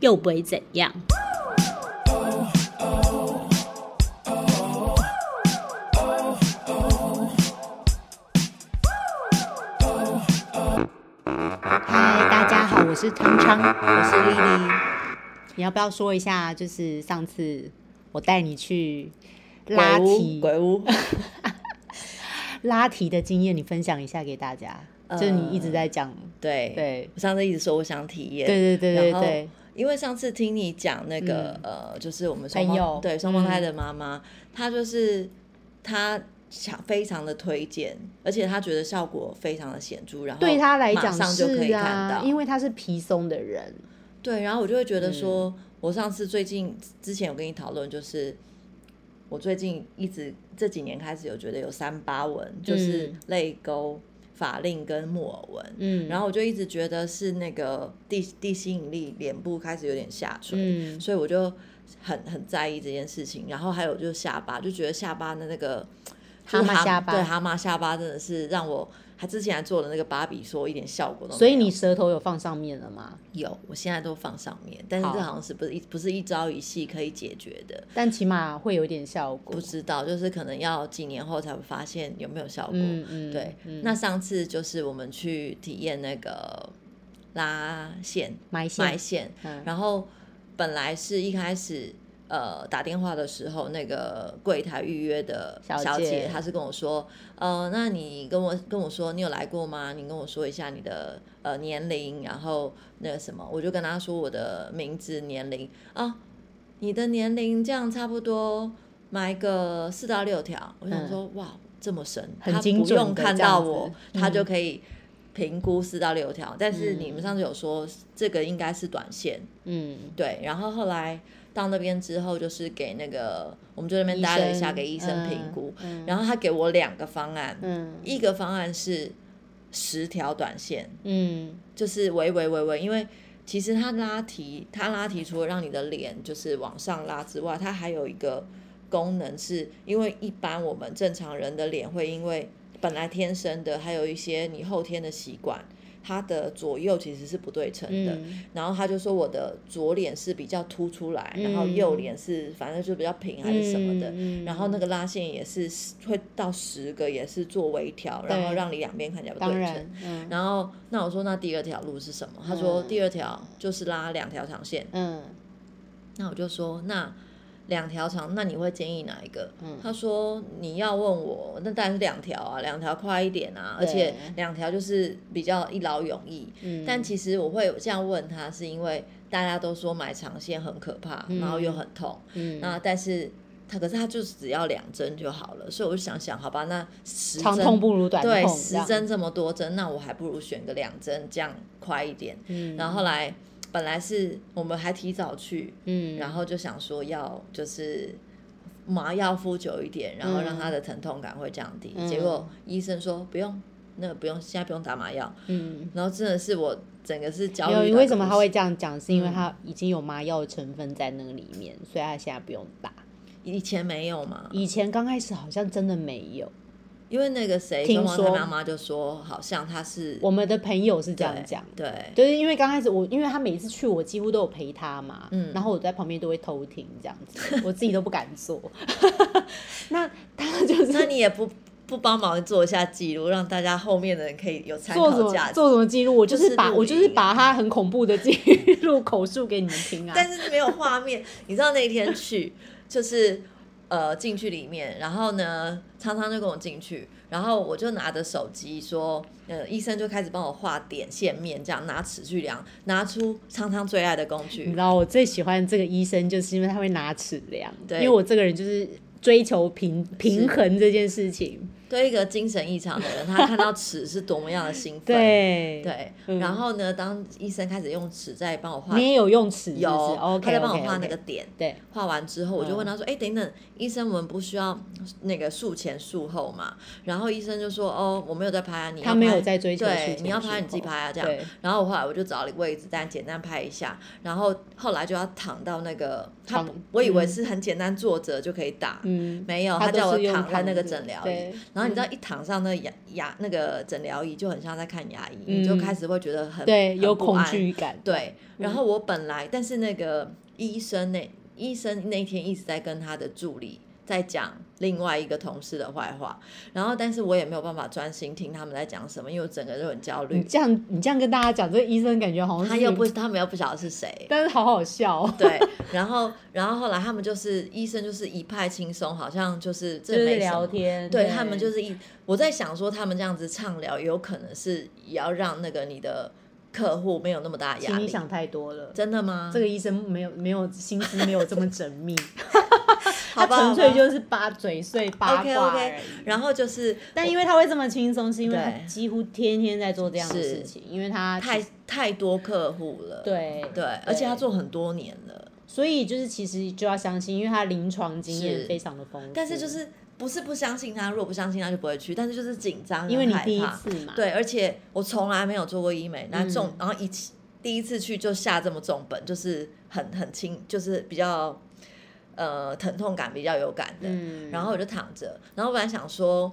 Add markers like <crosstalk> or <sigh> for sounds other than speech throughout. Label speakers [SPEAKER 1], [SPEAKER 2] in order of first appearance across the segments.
[SPEAKER 1] 又不会怎样。
[SPEAKER 2] 嗨，大家好，我是汤昌，我是丽丽。你要不要说一下，就是上次我带你去拉提
[SPEAKER 3] 鬼屋，鬼屋
[SPEAKER 2] 拉提的经验，你分享一下给大家？
[SPEAKER 3] 呃
[SPEAKER 2] 就是你一直在讲，
[SPEAKER 3] <laughs> 对
[SPEAKER 2] 对
[SPEAKER 3] 我上次一直说我想体验，
[SPEAKER 2] 对对对对
[SPEAKER 3] 然
[SPEAKER 2] 对
[SPEAKER 3] 后，因为上次听你讲那个、
[SPEAKER 2] 嗯
[SPEAKER 3] 呃，就是我们
[SPEAKER 2] 朋
[SPEAKER 3] 双胞
[SPEAKER 2] 友
[SPEAKER 3] 对双胞胎
[SPEAKER 2] 嗯
[SPEAKER 3] 的妈妈，她就是她想非常的推荐，而且她觉得效果非常的显著，然后
[SPEAKER 2] 对他来讲
[SPEAKER 3] 马上就可以
[SPEAKER 2] 是
[SPEAKER 3] 看
[SPEAKER 2] 啊
[SPEAKER 3] 到，，
[SPEAKER 2] 因为他是皮松的人，
[SPEAKER 3] 对，然后我就会觉
[SPEAKER 2] 嗯
[SPEAKER 3] 得说，我上次最近之前有跟你讨论，就是我最近一直这几年开始有觉得有三八纹，就是
[SPEAKER 2] 嗯
[SPEAKER 3] 泪沟、法令跟木偶纹，
[SPEAKER 2] 嗯
[SPEAKER 3] 然后我就一直觉得是那个地地吸引力，脸部开始有点下垂，
[SPEAKER 2] 嗯
[SPEAKER 3] 所以我就很很在意这件事情。然后还有就是下巴，就觉得下巴的那个
[SPEAKER 2] 蛤
[SPEAKER 3] 就是
[SPEAKER 2] 蟆下巴
[SPEAKER 3] 对蛤蟆下巴真的是让我，还之前还做了那个芭比说一点效哦果都没有。
[SPEAKER 2] 所以你舌头有放上面了吗？
[SPEAKER 3] 有，我现在都放上面，但是这
[SPEAKER 2] 好
[SPEAKER 3] 好像是不是一不是一朝一夕可以解决的，
[SPEAKER 2] 但起码会有点效果。
[SPEAKER 3] 不知道，就是可能要几年后才会发现有没有效果。
[SPEAKER 2] 嗯嗯，
[SPEAKER 3] 对，
[SPEAKER 2] 嗯
[SPEAKER 3] 那上次就是我们去体验那个拉线、
[SPEAKER 2] 埋线，
[SPEAKER 3] 埋线，
[SPEAKER 2] 嗯
[SPEAKER 3] 然后本来是一开始呃打电话的时候，那个柜台预约的
[SPEAKER 2] 小
[SPEAKER 3] 小
[SPEAKER 2] 姐
[SPEAKER 3] 姐，她是跟我说，呃，那你跟我跟我说你有来过吗？你跟我说一下你的呃年龄，然后那个什么，我就跟她说我的名字、年龄啊，你的年龄这样差不多买个四到六条，我想说、哇这么神，
[SPEAKER 2] 很
[SPEAKER 3] 她
[SPEAKER 2] 精
[SPEAKER 3] 不
[SPEAKER 2] 准
[SPEAKER 3] 用
[SPEAKER 2] 的
[SPEAKER 3] 看
[SPEAKER 2] 这样
[SPEAKER 3] 到
[SPEAKER 2] 子
[SPEAKER 3] 我，她就
[SPEAKER 2] 嗯
[SPEAKER 3] 可以。评估四到六条，但是你们
[SPEAKER 2] 嗯
[SPEAKER 3] 上次有说这个应该是短线，
[SPEAKER 2] 嗯
[SPEAKER 3] 对，然后后来到那边之后，就是给那个我们就在那边待了一下，给医生评估。
[SPEAKER 2] 嗯嗯
[SPEAKER 3] 然后他给我两个方案，
[SPEAKER 2] 嗯
[SPEAKER 3] 一个方案是十条短线，
[SPEAKER 2] 嗯
[SPEAKER 3] 就是围围围围，因为其实他拉提，他拉提除了让你的脸就是往上拉之外，它还有一个功能是，因为一般我们正常人的脸会因为本来天生的，还有一些你后天的习惯，它的左右其实是不对称的。
[SPEAKER 2] 嗯
[SPEAKER 3] 然后他就说我的左脸是比较凸出来，
[SPEAKER 2] 嗯
[SPEAKER 3] 然后右脸是反正就比较平还是什么的，
[SPEAKER 2] 嗯嗯
[SPEAKER 3] 然后那个拉线也是会到十个，也是做微调，然后让你两边看起来不对
[SPEAKER 2] 当
[SPEAKER 3] 称
[SPEAKER 2] 然。，嗯
[SPEAKER 3] 然后那我说那第二条路是什么？他说第二条就是拉两条长线。
[SPEAKER 2] 嗯
[SPEAKER 3] 那我就说那两条长，那你会建议哪一个？
[SPEAKER 2] 嗯
[SPEAKER 3] 他说你要问我，那当然是两条啊，两条快一点啊，而
[SPEAKER 2] 对
[SPEAKER 3] 且两条就是比较一劳永逸。
[SPEAKER 2] 嗯，
[SPEAKER 3] 但其实我会有这样问他，是因为大家都说买长线很可怕，然后又很痛。
[SPEAKER 2] 嗯
[SPEAKER 3] 那但是他可是他就只要两针就好了，所以我就想想，好吧，那十
[SPEAKER 2] 长
[SPEAKER 3] 针
[SPEAKER 2] 痛不如短痛，
[SPEAKER 3] 对
[SPEAKER 2] 这
[SPEAKER 3] 十
[SPEAKER 2] 样
[SPEAKER 3] 针，这么多针，那我还不如选个两针，这样快一点。
[SPEAKER 2] 嗯
[SPEAKER 3] 然后后来本来是我们还提早去，
[SPEAKER 2] 嗯，
[SPEAKER 3] 然后就想说要就是麻药敷久一点，然后让他的疼痛感会降低。
[SPEAKER 2] 嗯
[SPEAKER 3] 结果医生说不用，那个不用，现在不用打麻药。
[SPEAKER 2] 嗯。
[SPEAKER 3] 然后真的是我整个是焦
[SPEAKER 2] 没
[SPEAKER 3] 虑
[SPEAKER 2] 有，
[SPEAKER 3] 到一
[SPEAKER 2] 你
[SPEAKER 3] 个不行。
[SPEAKER 2] 为什么他会这样讲？是因
[SPEAKER 3] 嗯
[SPEAKER 2] 为他已经有麻药的成分在那个里面，所以他现在不用打。
[SPEAKER 3] 以前没有嘛？
[SPEAKER 2] 以前刚开始好像真的没有，
[SPEAKER 3] 因为那个谁，
[SPEAKER 2] 听
[SPEAKER 3] 双胞胎
[SPEAKER 2] 说
[SPEAKER 3] 妈妈就说，好像他是
[SPEAKER 2] 我们的朋友是这样
[SPEAKER 3] 对
[SPEAKER 2] 讲，
[SPEAKER 3] 对，
[SPEAKER 2] 就是因为刚开始我，因为他每一次去，我几乎都有陪他嘛，
[SPEAKER 3] 嗯
[SPEAKER 2] 然后我在旁边都会偷听这样子，我自己都不敢做。 <laughs> 那他 <laughs> 就是
[SPEAKER 3] 那你也不不帮忙做一下记录，让大家后面的人可以有参
[SPEAKER 2] 做什
[SPEAKER 3] 考
[SPEAKER 2] 么
[SPEAKER 3] 价值。
[SPEAKER 2] 做什么记录？我就
[SPEAKER 3] 就是
[SPEAKER 2] 把
[SPEAKER 3] 是录
[SPEAKER 2] 我就是
[SPEAKER 3] 影
[SPEAKER 2] 把他很恐怖的记录 <laughs> 口述给你们听啊。
[SPEAKER 3] 但是没有画面，你知道那一天去就是呃进去里面，然后呢，常常就跟我进去，然后我就拿着手机说，呃，医生就开始帮我画点线面，这样拿尺去量，拿出常常最爱的工
[SPEAKER 2] 你
[SPEAKER 3] 具
[SPEAKER 2] 知，道我最喜欢这个医生，就是因为他会拿尺量，
[SPEAKER 3] 对
[SPEAKER 2] 因为我这个人就是追求平平衡这件事情。
[SPEAKER 3] 对一个精神异常的人，他看到尺是多么样的兴奋。
[SPEAKER 2] <laughs> 对，
[SPEAKER 3] 对，
[SPEAKER 2] 嗯
[SPEAKER 3] 然后呢，当医生开始用尺在帮我画，
[SPEAKER 2] 你也有用尺是不是，
[SPEAKER 3] 有
[SPEAKER 2] OK，
[SPEAKER 3] 他在帮我画那个点。
[SPEAKER 2] 对，
[SPEAKER 3] 画完之后，我
[SPEAKER 2] 嗯
[SPEAKER 3] 就问他说：“哎、等等，医生，我们不需要那个术前术后嘛？”然后医生就说：“哦，我没有在拍啊，你要
[SPEAKER 2] 他没有
[SPEAKER 3] 拍
[SPEAKER 2] 在追求术
[SPEAKER 3] 对，
[SPEAKER 2] 前
[SPEAKER 3] 你要
[SPEAKER 2] 术
[SPEAKER 3] 拍你自己
[SPEAKER 2] 后
[SPEAKER 3] 拍啊，这
[SPEAKER 2] 对
[SPEAKER 3] 样。”然后我后来我就找了一个位置，但简单拍一下。然后后来就要躺到那个，他
[SPEAKER 2] 躺
[SPEAKER 3] 我以为是很简单坐着就可以打，
[SPEAKER 2] 嗯，
[SPEAKER 3] 没有，
[SPEAKER 2] 他
[SPEAKER 3] 哦他
[SPEAKER 2] 都
[SPEAKER 3] 叫我
[SPEAKER 2] 是用
[SPEAKER 3] 躺在那
[SPEAKER 2] 躺着
[SPEAKER 3] 个诊疗
[SPEAKER 2] 对嗯
[SPEAKER 3] 椅，然后你知道一躺上那牙牙那个诊疗椅就很像在看牙医，你就
[SPEAKER 2] 嗯
[SPEAKER 3] 开始会觉得很
[SPEAKER 2] 对，
[SPEAKER 3] 很
[SPEAKER 2] 有
[SPEAKER 3] 不
[SPEAKER 2] 恐
[SPEAKER 3] 安
[SPEAKER 2] 惧感，
[SPEAKER 3] 对，
[SPEAKER 2] 嗯
[SPEAKER 3] 然后我本来，但是那个医生那医生那天一直在跟他的助理在讲另外一个同事的坏话，然后但是我也没有办法专心听他们在讲什么，因为我整个就很焦
[SPEAKER 2] 你
[SPEAKER 3] 虑。
[SPEAKER 2] 这样你这样跟大家讲，这医生感觉好像
[SPEAKER 3] 他
[SPEAKER 2] 是。
[SPEAKER 3] 又不，，他们又不晓得是谁
[SPEAKER 2] 但是好好笑、哦，
[SPEAKER 3] 对，然后，然后后来他们就是医生，就是一派轻松，好像就是这
[SPEAKER 2] 就
[SPEAKER 3] 没
[SPEAKER 2] 是
[SPEAKER 3] 什
[SPEAKER 2] 聊
[SPEAKER 3] 么
[SPEAKER 2] 天，
[SPEAKER 3] 对他们就是一，我在想说他们这样子畅聊，有可能是也要让那个你的客户没有那么大的压
[SPEAKER 2] 请你
[SPEAKER 3] 力。
[SPEAKER 2] 想太多了。
[SPEAKER 3] 真的吗？
[SPEAKER 2] 这个医生没有没有心思没有这么缜密，
[SPEAKER 3] 好
[SPEAKER 2] 他
[SPEAKER 3] <laughs> 吧
[SPEAKER 2] 纯
[SPEAKER 3] 好
[SPEAKER 2] 粹
[SPEAKER 3] 吧
[SPEAKER 2] 就是八嘴碎八
[SPEAKER 3] OK，OK
[SPEAKER 2] 卦而已。
[SPEAKER 3] 然后就是
[SPEAKER 2] 但因为他会这么轻松，是因为他
[SPEAKER 3] 对
[SPEAKER 2] 几乎天天在做这样的
[SPEAKER 3] 是
[SPEAKER 2] 事情，因为他
[SPEAKER 3] 太太多客户了，
[SPEAKER 2] 对
[SPEAKER 3] 对，而且他做很多年了，
[SPEAKER 2] 所以就是其实就要相信，因为他临床经
[SPEAKER 3] 是
[SPEAKER 2] 验非常的丰富。
[SPEAKER 3] 但是就是不是不相信他，如果不相信他就不会去，但是就是紧张，啊
[SPEAKER 2] 因为你
[SPEAKER 3] 很害
[SPEAKER 2] 第一
[SPEAKER 3] 怕
[SPEAKER 2] 次嘛，
[SPEAKER 3] 对，而且我从来没有做过医美，那重、
[SPEAKER 2] 嗯
[SPEAKER 3] 然后一起第一次去就下这么重本，就是很很轻，就是比较呃疼痛感比较有感的，
[SPEAKER 2] 嗯，
[SPEAKER 3] 然后我就躺着，然后我本来想说，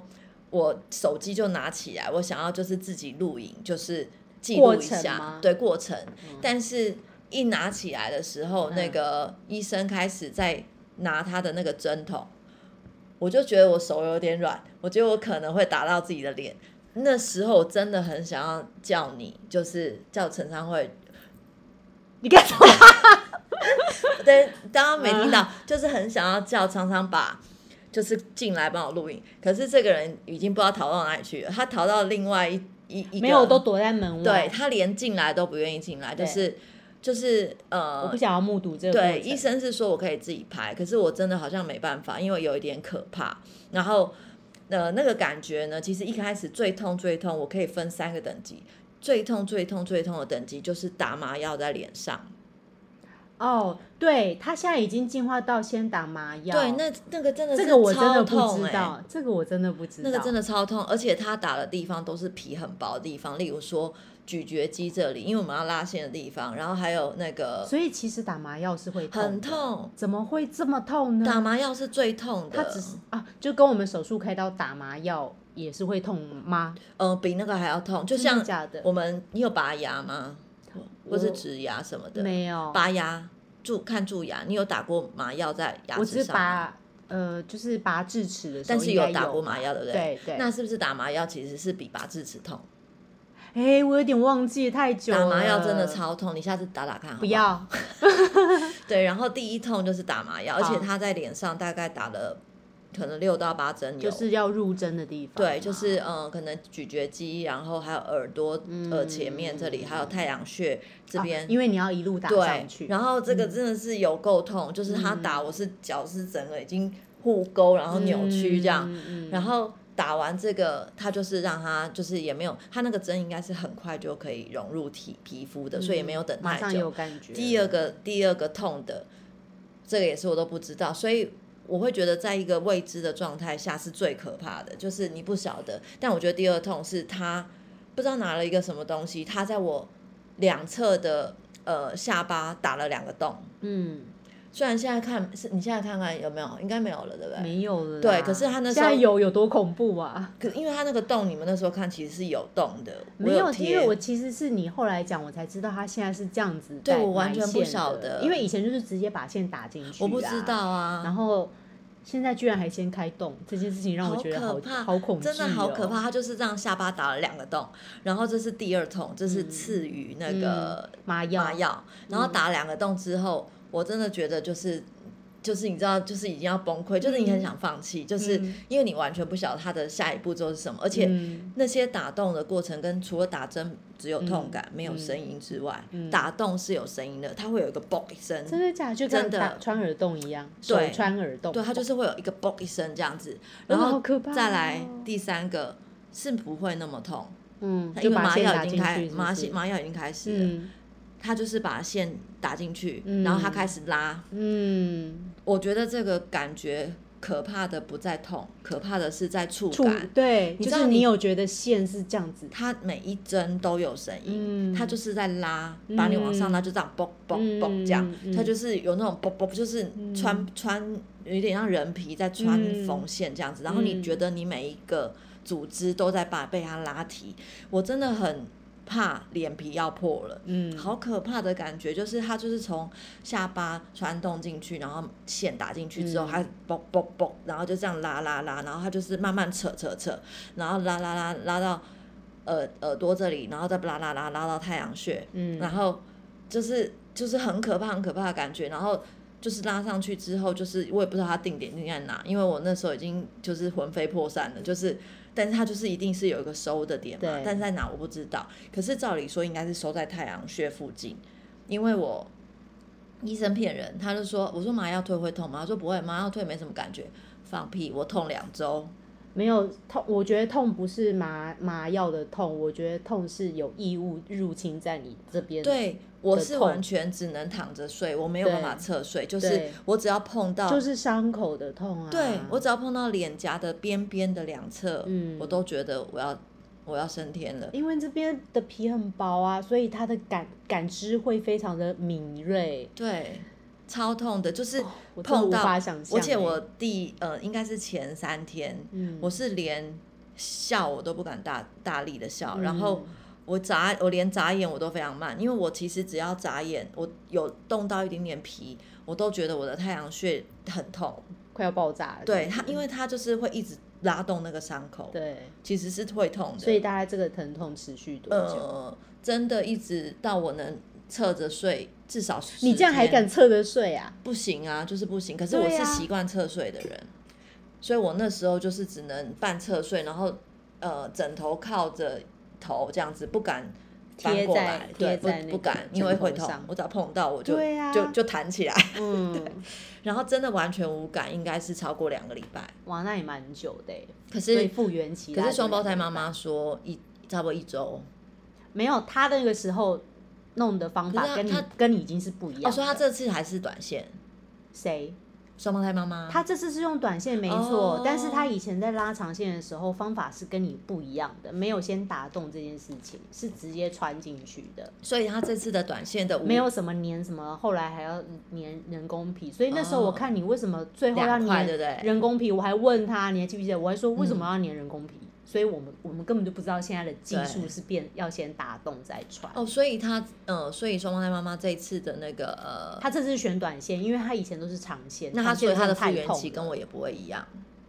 [SPEAKER 3] 我手机就拿起来，我想要就是自己录影，就是记录
[SPEAKER 2] 过
[SPEAKER 3] 一
[SPEAKER 2] 程
[SPEAKER 3] 下
[SPEAKER 2] 吗
[SPEAKER 3] 对过程。但是一拿起来的时候，那
[SPEAKER 2] 嗯
[SPEAKER 3] 个医生开始在拿他的那个针筒，我就觉得我手有点软，我觉得我可能会打到自己的脸。那时候我真的很想要叫你，就是叫陈昌慧
[SPEAKER 2] 你干什么？
[SPEAKER 3] 对，当
[SPEAKER 2] 嗯
[SPEAKER 3] 然没听到，就是很想要叫常常把，就是进来帮我录影。可是这个人已经不知道逃到哪里去了，他逃到另外一一一个，
[SPEAKER 2] 没有，都躲在门外。
[SPEAKER 3] 对，他连进来都不愿意进来，就
[SPEAKER 2] 对
[SPEAKER 3] 是就是
[SPEAKER 2] 我
[SPEAKER 3] 呃
[SPEAKER 2] 不，想要目睹这个过
[SPEAKER 3] 对，
[SPEAKER 2] 程。
[SPEAKER 3] 医生是说我可以自己拍，可是我真的好像没办法，因为有一点可怕。然后呃，那个感觉呢，其实一开始最痛最痛，我可以分三个等级，最痛最痛最痛的等级就是打麻药在脸上。
[SPEAKER 2] 哦，对他现在已经进化到先打麻药。
[SPEAKER 3] 对，那那个真的
[SPEAKER 2] 这
[SPEAKER 3] 是
[SPEAKER 2] 个我真
[SPEAKER 3] 超
[SPEAKER 2] 的不
[SPEAKER 3] 痛
[SPEAKER 2] 知
[SPEAKER 3] 欸
[SPEAKER 2] 道，这个我真的不知道。
[SPEAKER 3] 那个真的超痛，而且他打的地方都是皮很薄的地方，例如说咀嚼肌这里，因为我们要拉线的地方，然后还有那个
[SPEAKER 2] 所以其实打麻药是会痛的
[SPEAKER 3] 很，痛，
[SPEAKER 2] 怎么会这么痛呢？
[SPEAKER 3] 打麻药是最痛的，
[SPEAKER 2] 他只是啊，就跟我们手术开刀打麻药也是会痛吗？
[SPEAKER 3] 呃比那个还要痛，就
[SPEAKER 2] 真
[SPEAKER 3] 像
[SPEAKER 2] 的假的，
[SPEAKER 3] 我们你有拔牙吗？或
[SPEAKER 2] 我
[SPEAKER 3] 是植牙什么的？
[SPEAKER 2] 没有，
[SPEAKER 3] 拔牙蛀看蛀牙，你有打过麻药在牙
[SPEAKER 2] 我只
[SPEAKER 3] 齿
[SPEAKER 2] 是
[SPEAKER 3] 上吗？
[SPEAKER 2] 拔呃，就是拔智齿的时候
[SPEAKER 3] 但是
[SPEAKER 2] 应该有
[SPEAKER 3] 打过麻药，对不对？
[SPEAKER 2] 对对。
[SPEAKER 3] 那是不是打麻药其实是比拔智齿痛？
[SPEAKER 2] 哎、我有点忘记太久了。
[SPEAKER 3] 打麻药真的超痛，你下次打打看好
[SPEAKER 2] 不
[SPEAKER 3] 不好？
[SPEAKER 2] 要，
[SPEAKER 3] 对，然后第一痛就是打麻药，而且
[SPEAKER 2] 好
[SPEAKER 3] 他在脸上大概打了可能六到八针有，
[SPEAKER 2] 就是要入针的地方嘛。
[SPEAKER 3] 对，就是嗯、呃可能咀嚼肌，然后还有耳朵、耳前面这里，还有太阳穴这
[SPEAKER 2] 嗯啊
[SPEAKER 3] 边。
[SPEAKER 2] 因为你要一路打上去。嗯
[SPEAKER 3] 对，然后这个真的是有够痛，就是他打我是脚是整个已经互勾，然后扭曲这样，
[SPEAKER 2] 嗯嗯嗯
[SPEAKER 3] 然后打完这个，他就是让他就是也没有，他那个针应该是很快就可以融入体皮肤的，所以也没有等
[SPEAKER 2] 马
[SPEAKER 3] 太
[SPEAKER 2] 上
[SPEAKER 3] 久
[SPEAKER 2] 有。感觉。
[SPEAKER 3] 第二，个第二个痛的，这个也是我都不知道，所以我会觉得在一个未知的状态下是最可怕的，就是你不晓得。但我觉得第二痛是他不知道拿了一个什么东西，他在我两侧的呃下巴打了两个洞。
[SPEAKER 2] 嗯，
[SPEAKER 3] 虽然现在看是你现在看看有没有，应该没有了，对不对？
[SPEAKER 2] 没有了啦。
[SPEAKER 3] 对可是他那时
[SPEAKER 2] 现
[SPEAKER 3] 候
[SPEAKER 2] 在有有多恐怖啊？
[SPEAKER 3] 可因为他那个洞，你们那时候看其实是有洞的，我
[SPEAKER 2] 没有，因
[SPEAKER 3] 贴
[SPEAKER 2] 为我其实是你后来讲，我才知道他现在是这样子
[SPEAKER 3] 对
[SPEAKER 2] 在
[SPEAKER 3] 我完
[SPEAKER 2] 埋
[SPEAKER 3] 全不
[SPEAKER 2] 线的
[SPEAKER 3] 晓得
[SPEAKER 2] 因为以前就是直接把线打进去、
[SPEAKER 3] 我不知。道啊，
[SPEAKER 2] 然后现在居然还先开动，这件事情让我觉得
[SPEAKER 3] 好
[SPEAKER 2] 好
[SPEAKER 3] 可怕
[SPEAKER 2] 好恐惧、哦
[SPEAKER 3] 真的好可怕，。他就是这样下巴打了两个洞，然后这是第二痛，这是
[SPEAKER 2] 嗯
[SPEAKER 3] 次于那个
[SPEAKER 2] 麻药，嗯
[SPEAKER 3] 麻药，然后打两个洞之后，我真的觉得就是。就是你知道，就是已经要崩溃，就是你很想放弃，就是
[SPEAKER 2] 嗯
[SPEAKER 3] 因为你完全不晓得他的下一步骤是什么，而且
[SPEAKER 2] 嗯
[SPEAKER 3] 那些打洞的过程跟除了打针只有痛感、没有声音之外，
[SPEAKER 2] 嗯
[SPEAKER 3] 打洞是有声音的，它会有一个嘣一声，
[SPEAKER 2] 真的假的？就跟
[SPEAKER 3] 真的
[SPEAKER 2] 打穿耳洞一样，手
[SPEAKER 3] 对
[SPEAKER 2] 穿耳洞，
[SPEAKER 3] 对，它就是会有一个嘣一声这样子，
[SPEAKER 2] 真
[SPEAKER 3] 然
[SPEAKER 2] 的
[SPEAKER 3] 后
[SPEAKER 2] 好可怕哦
[SPEAKER 3] 再来第三个是不会那么痛，
[SPEAKER 2] 嗯，
[SPEAKER 3] 因
[SPEAKER 2] 就
[SPEAKER 3] 为
[SPEAKER 2] 把
[SPEAKER 3] 麻
[SPEAKER 2] 线
[SPEAKER 3] 药
[SPEAKER 2] 打
[SPEAKER 3] 已
[SPEAKER 2] 进
[SPEAKER 3] 经开，
[SPEAKER 2] 去，
[SPEAKER 3] 麻
[SPEAKER 2] 线，
[SPEAKER 3] 麻药已经开始了，
[SPEAKER 2] 嗯
[SPEAKER 3] 他就是把线打进去，
[SPEAKER 2] 嗯
[SPEAKER 3] 然后他开始拉。
[SPEAKER 2] 嗯，
[SPEAKER 3] 我觉得这个感觉可怕的不在痛，可怕的是在触
[SPEAKER 2] 触
[SPEAKER 3] 感。
[SPEAKER 2] 对，就
[SPEAKER 3] 你知道
[SPEAKER 2] 是你
[SPEAKER 3] 你
[SPEAKER 2] 有觉得线是这样子，
[SPEAKER 3] 它每一针都有声音，
[SPEAKER 2] 嗯
[SPEAKER 3] 它就是在拉，把你往上拉，就这样嘣嘣嘣
[SPEAKER 2] 嗯
[SPEAKER 3] 这样
[SPEAKER 2] 嗯，嗯
[SPEAKER 3] 它就是有那种嘣嘣，就是穿、穿有点像人皮在穿
[SPEAKER 2] 嗯
[SPEAKER 3] 缝线这样子，然后你
[SPEAKER 2] 嗯
[SPEAKER 3] 觉得你每一个组织都在把被它拉提，我真的很怕脸皮要破了。
[SPEAKER 2] 嗯，
[SPEAKER 3] 好可怕的感觉，就是它就是从下巴穿洞进去，然后线打进去之
[SPEAKER 2] 嗯
[SPEAKER 3] 后，它嘣嘣嘣，然后就这样拉拉拉，然后它就是慢慢扯扯扯，然后拉拉拉拉到耳耳朵这里，然后再拉拉拉拉到太阳穴，
[SPEAKER 2] 嗯，
[SPEAKER 3] 然后就是就是很可怕很可怕的感觉，然后。就是拉上去之后，就是我也不知道它定点定在哪，因为我那时候已经就是魂飞魄散了，就是，但是它就是一定是有一个收的点嘛
[SPEAKER 2] 对，
[SPEAKER 3] 但是在哪我不知道。可是照理说应该是收在太阳穴附近，因为我医生骗人，他就说我说麻药退会痛吗？他说不会，麻药退没什么感觉。放屁！我痛两
[SPEAKER 2] 嗯
[SPEAKER 3] 周，
[SPEAKER 2] 没有痛，我觉得痛不是麻麻药的痛，我觉得痛是有异物入侵在你这边。，
[SPEAKER 3] 对我是
[SPEAKER 2] 痛
[SPEAKER 3] 完全只能躺着睡，我没有办法
[SPEAKER 2] 对
[SPEAKER 3] 侧睡，就是
[SPEAKER 2] 对
[SPEAKER 3] 我只要碰到，
[SPEAKER 2] 就是伤口的痛啊。
[SPEAKER 3] 对我只要碰到脸颊的边边的两侧，
[SPEAKER 2] 嗯
[SPEAKER 3] 我都觉得我要我要升天了。
[SPEAKER 2] 因为这边的皮很薄啊，所以它的感感知会非常的敏锐。
[SPEAKER 3] 对，超痛的，就是
[SPEAKER 2] 哦我真的
[SPEAKER 3] 碰
[SPEAKER 2] 无
[SPEAKER 3] 到，
[SPEAKER 2] 法想象
[SPEAKER 3] 而且
[SPEAKER 2] 欸
[SPEAKER 3] 我第呃应该是前三天，
[SPEAKER 2] 嗯
[SPEAKER 3] 我是连笑我都不敢大大力的笑，然后
[SPEAKER 2] 嗯
[SPEAKER 3] 我眨我连眨眼我都非常慢，因为我其实只要眨眼，我有动到一点点皮，我都觉得我的太阳穴很痛。
[SPEAKER 2] 快要爆炸了。
[SPEAKER 3] 对
[SPEAKER 2] 是
[SPEAKER 3] 它，
[SPEAKER 2] 不是
[SPEAKER 3] 因为它就是会一直拉动那个伤口，
[SPEAKER 2] 对，
[SPEAKER 3] 其实是会痛的。
[SPEAKER 2] 所以大概这个疼痛持续多久？
[SPEAKER 3] 呃，真的一直到我能侧着睡，至少10
[SPEAKER 2] 你这样还
[SPEAKER 3] 天
[SPEAKER 2] 敢侧着睡啊？
[SPEAKER 3] 不行啊，就是不行。可是
[SPEAKER 2] 对
[SPEAKER 3] 我是
[SPEAKER 2] 啊
[SPEAKER 3] 习惯侧睡的人，所以我那时候就是只能半侧睡，然后呃枕头靠着头这样子，不敢翻
[SPEAKER 2] 贴
[SPEAKER 3] 过
[SPEAKER 2] 在
[SPEAKER 3] 来，对，
[SPEAKER 2] 贴
[SPEAKER 3] 不
[SPEAKER 2] 在那
[SPEAKER 3] 不
[SPEAKER 2] 个
[SPEAKER 3] 敢，因
[SPEAKER 2] 枕
[SPEAKER 3] 为
[SPEAKER 2] 头
[SPEAKER 3] 会痛
[SPEAKER 2] 上。
[SPEAKER 3] 我只要碰到我就、
[SPEAKER 2] 对啊
[SPEAKER 3] 就就弹起来，
[SPEAKER 2] 嗯，
[SPEAKER 3] 然后真的完全无感，应该是超过两个礼拜。
[SPEAKER 2] 哇，那也蛮久的欸。
[SPEAKER 3] 可
[SPEAKER 2] 所以
[SPEAKER 3] 是
[SPEAKER 2] 复原期，
[SPEAKER 3] 可是双胞胎妈妈说一差不多一周，哦
[SPEAKER 2] 没有她那个时候弄的方
[SPEAKER 3] 可是
[SPEAKER 2] 法
[SPEAKER 3] 她
[SPEAKER 2] 跟你
[SPEAKER 3] 她
[SPEAKER 2] 跟你已经是不一样的。
[SPEAKER 3] 哦，所以她这次还是短线，
[SPEAKER 2] 谁？
[SPEAKER 3] 双胞胎妈妈，
[SPEAKER 2] 他这次是用短线没错，
[SPEAKER 3] 哦
[SPEAKER 2] 但是他以前在拉长线的时候方法是跟你不一样的，没有先打洞这件事情，是直接穿进去的，
[SPEAKER 3] 所以她这次的短线的无
[SPEAKER 2] 没有什么粘什么，后来还要粘人工皮，所以那时候
[SPEAKER 3] 哦
[SPEAKER 2] 我看你为什么最后要
[SPEAKER 3] 两块，
[SPEAKER 2] 粘
[SPEAKER 3] 对不对？嗯
[SPEAKER 2] 人工皮，我还问他你还记不记得，我还说为什么要粘人工皮，所以我们我们根本就不知道现在的技术
[SPEAKER 3] 对
[SPEAKER 2] 是变要先打洞再穿。
[SPEAKER 3] 哦，所以她呃，所以双胞胎妈妈这一次的那个呃，
[SPEAKER 2] 他这次选短线，因为他以前都是长线，
[SPEAKER 3] 那她
[SPEAKER 2] 长线
[SPEAKER 3] 所以她的
[SPEAKER 2] 真
[SPEAKER 3] 复
[SPEAKER 2] 太
[SPEAKER 3] 原
[SPEAKER 2] 痛
[SPEAKER 3] 期跟
[SPEAKER 2] 了
[SPEAKER 3] 我也不会一样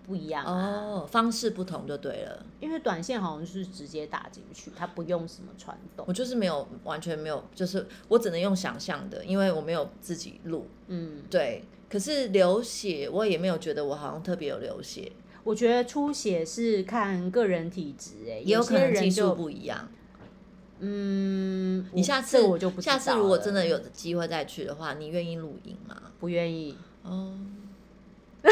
[SPEAKER 2] 不一样啊。
[SPEAKER 3] 哦，方式不同就对了。
[SPEAKER 2] 因为短线好像是直接打进去，它不用什么传动
[SPEAKER 3] 我。就是没有完全没有，就是我只能用想象的，因为我没有自己录。
[SPEAKER 2] 嗯，
[SPEAKER 3] 对，可是流血我也没有觉得我好像特别有流血，
[SPEAKER 2] 我觉得出血是看个人体质、欸，哎，
[SPEAKER 3] 也有可
[SPEAKER 2] 些
[SPEAKER 3] 能技
[SPEAKER 2] 人
[SPEAKER 3] 术
[SPEAKER 2] 就
[SPEAKER 3] 不一样。
[SPEAKER 2] 嗯，
[SPEAKER 3] 你
[SPEAKER 2] 我
[SPEAKER 3] 下
[SPEAKER 2] 这
[SPEAKER 3] 次
[SPEAKER 2] 个我就不知
[SPEAKER 3] 下次
[SPEAKER 2] 道
[SPEAKER 3] 如果
[SPEAKER 2] 了
[SPEAKER 3] 真的有机会再去的话，你愿意录影吗？
[SPEAKER 2] 不愿意，
[SPEAKER 3] 哦， <laughs>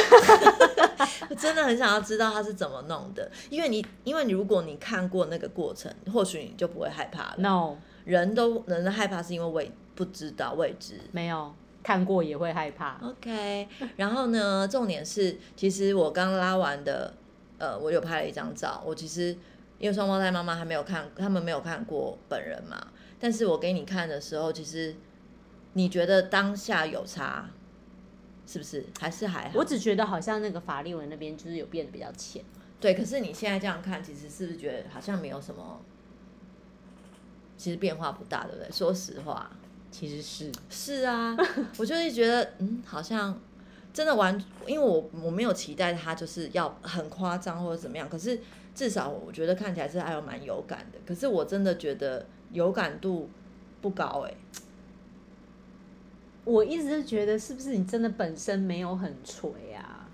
[SPEAKER 3] 我真的很想要知道他是怎么弄的，因为你，因为你如果你看过那个过程，或许你就不会害怕了。
[SPEAKER 2] no，
[SPEAKER 3] 人都人的害怕是因为未不知道未知。
[SPEAKER 2] 没有看过也会害怕。
[SPEAKER 3] 哦 OK，然后呢，重点是，其实我刚拉完的，呃，我有拍了一张照。我其实因为双胞胎妈妈还没有看，他们没有看过本人嘛，但是我给你看的时候，其实你觉得当下有差，是不是？还是还好？
[SPEAKER 2] 我只觉得好像那个法令纹那边就是有变得比较浅，
[SPEAKER 3] 对，可是你现在这样看，其实是不是觉得好像没有什么？其实变化不大，对不对？说实话，
[SPEAKER 2] 其实是
[SPEAKER 3] 是啊，我就是觉得，嗯，好像真的完，因为我我没有期待他就是要很夸张或者怎么样，可是至少我觉得看起来是还有蛮有感的。可是我真的觉得有感度不高哎、
[SPEAKER 2] 我一直就觉得是不是你真的本身没有很垂啊？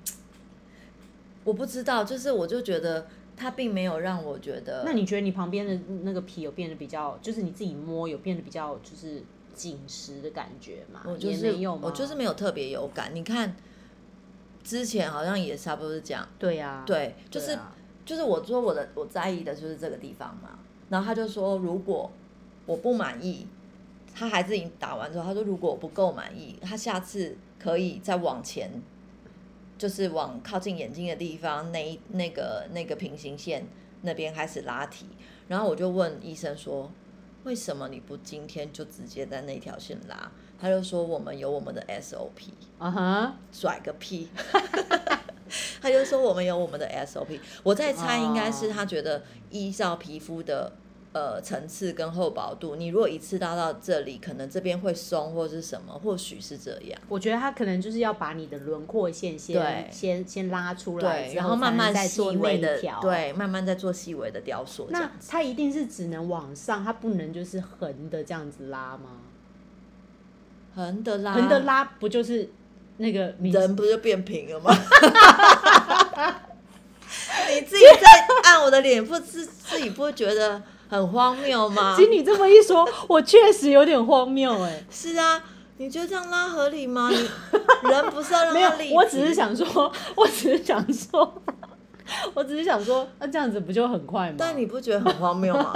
[SPEAKER 3] 我不知道，就是我就觉得他并没有让我觉得，
[SPEAKER 2] 那你觉得你旁边的那个皮有变得比较，就是你自己摸有变得比较就是紧实的感觉吗？
[SPEAKER 3] 我就
[SPEAKER 2] 啊也
[SPEAKER 3] 是
[SPEAKER 2] 没有吗？
[SPEAKER 3] 我就是没有特别有感。你看之前好像也差不多是这样，
[SPEAKER 2] 对呀、啊，
[SPEAKER 3] 对，就是、
[SPEAKER 2] 啊
[SPEAKER 3] 就是我说我的我在意的就是这个地方嘛。然后他就说，如果我不满意，他还是已经打完之后，他说如果我不够满意，他下次可以再往前就是往靠近眼睛的地方那一那个那个平行线那边开始拉提，然后我就问医生说，为什么你不今天就直接在那条线拉？他就说我们有我们的 SOP，
[SPEAKER 2] 啊哈，
[SPEAKER 3] 拽个屁。 <laughs> 他就说我们有我们的 SOP，我在猜应该是他觉得依照皮肤的呃层次跟厚薄度，你如果一次拉到这里，可能这边会松或是什么，或许是这样。
[SPEAKER 2] 我觉得他可能就是要把你的轮廓线先
[SPEAKER 3] 对
[SPEAKER 2] 先先拉出来，
[SPEAKER 3] 对，
[SPEAKER 2] 之
[SPEAKER 3] 然后慢慢
[SPEAKER 2] 再
[SPEAKER 3] 细
[SPEAKER 2] 做
[SPEAKER 3] 微
[SPEAKER 2] 内
[SPEAKER 3] 的
[SPEAKER 2] 调。，啊
[SPEAKER 3] 对，慢慢再做细微的雕塑。这
[SPEAKER 2] 那
[SPEAKER 3] 样子
[SPEAKER 2] 它一定是只能往上，它不能就是横的这样子拉吗？
[SPEAKER 3] 横的拉，
[SPEAKER 2] 横的，拉不就是那个你
[SPEAKER 3] 啊人不就变平 <laughs> 了吗？你自己在按我的脸，不自自己不会觉得很荒
[SPEAKER 2] <laughs>
[SPEAKER 3] 谬吗？
[SPEAKER 2] 经你这么一说，我确实有点荒谬哎、
[SPEAKER 3] 是啊，你觉得这样拉合理
[SPEAKER 2] <laughs>
[SPEAKER 3] 吗？你人不是要让
[SPEAKER 2] 没
[SPEAKER 3] 它立
[SPEAKER 2] 有，我只
[SPEAKER 3] 体
[SPEAKER 2] 是想说，我只是想说，我只是想说，那这样子不就很快吗？
[SPEAKER 3] 但你不觉得很荒谬
[SPEAKER 2] <laughs>
[SPEAKER 3] 吗？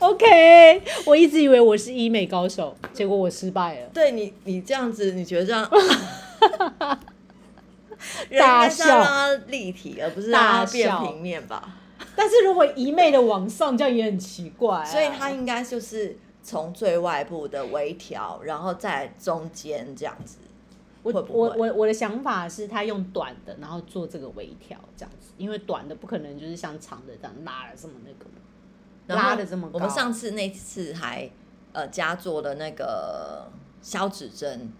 [SPEAKER 2] OK，我一直以为我是医美高手，结果我失败了。
[SPEAKER 3] 对你，你这样子，你觉得这
[SPEAKER 2] <laughs>
[SPEAKER 3] 样人应
[SPEAKER 2] 大
[SPEAKER 3] 该是要
[SPEAKER 2] 笑
[SPEAKER 3] 让它立体，而不是让
[SPEAKER 2] 大
[SPEAKER 3] 它变
[SPEAKER 2] 笑
[SPEAKER 3] 平面吧？
[SPEAKER 2] 但是如果一昧的往上，这样也很奇怪啊、
[SPEAKER 3] 所以它应该就是从最外部的微调，然后在中间这样子。
[SPEAKER 2] 我
[SPEAKER 3] 会不会
[SPEAKER 2] 我我我的想法是，他用短的，然后做这个微调这样子，因为短的不可能就是像长的这样拉了这么那个嘛。
[SPEAKER 3] 然后
[SPEAKER 2] 拉得这么高
[SPEAKER 3] 我们上次那次还呃加做了那个消脂针，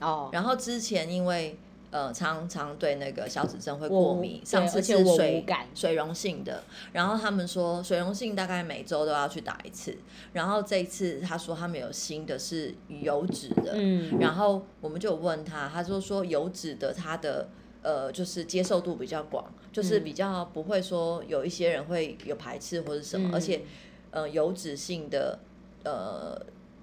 [SPEAKER 2] 哦，
[SPEAKER 3] 然后之前因为呃常常对那个消脂针会
[SPEAKER 2] 我
[SPEAKER 3] 过
[SPEAKER 2] 无
[SPEAKER 3] 敏，
[SPEAKER 2] 对
[SPEAKER 3] 上次
[SPEAKER 2] 而且
[SPEAKER 3] 是
[SPEAKER 2] 我无
[SPEAKER 3] 水
[SPEAKER 2] 感
[SPEAKER 3] 水溶性的，然后他们说水溶性大概每周都要去打一次，然后这一次他说他们有新的是油脂的，
[SPEAKER 2] 嗯，
[SPEAKER 3] 然后我们就有问他，他就说油脂的它的呃就是接受度比较广，就是
[SPEAKER 2] 嗯
[SPEAKER 3] 比较不会说有一些人会有排斥或者什么，
[SPEAKER 2] 嗯
[SPEAKER 3] 而且呃油脂性的呃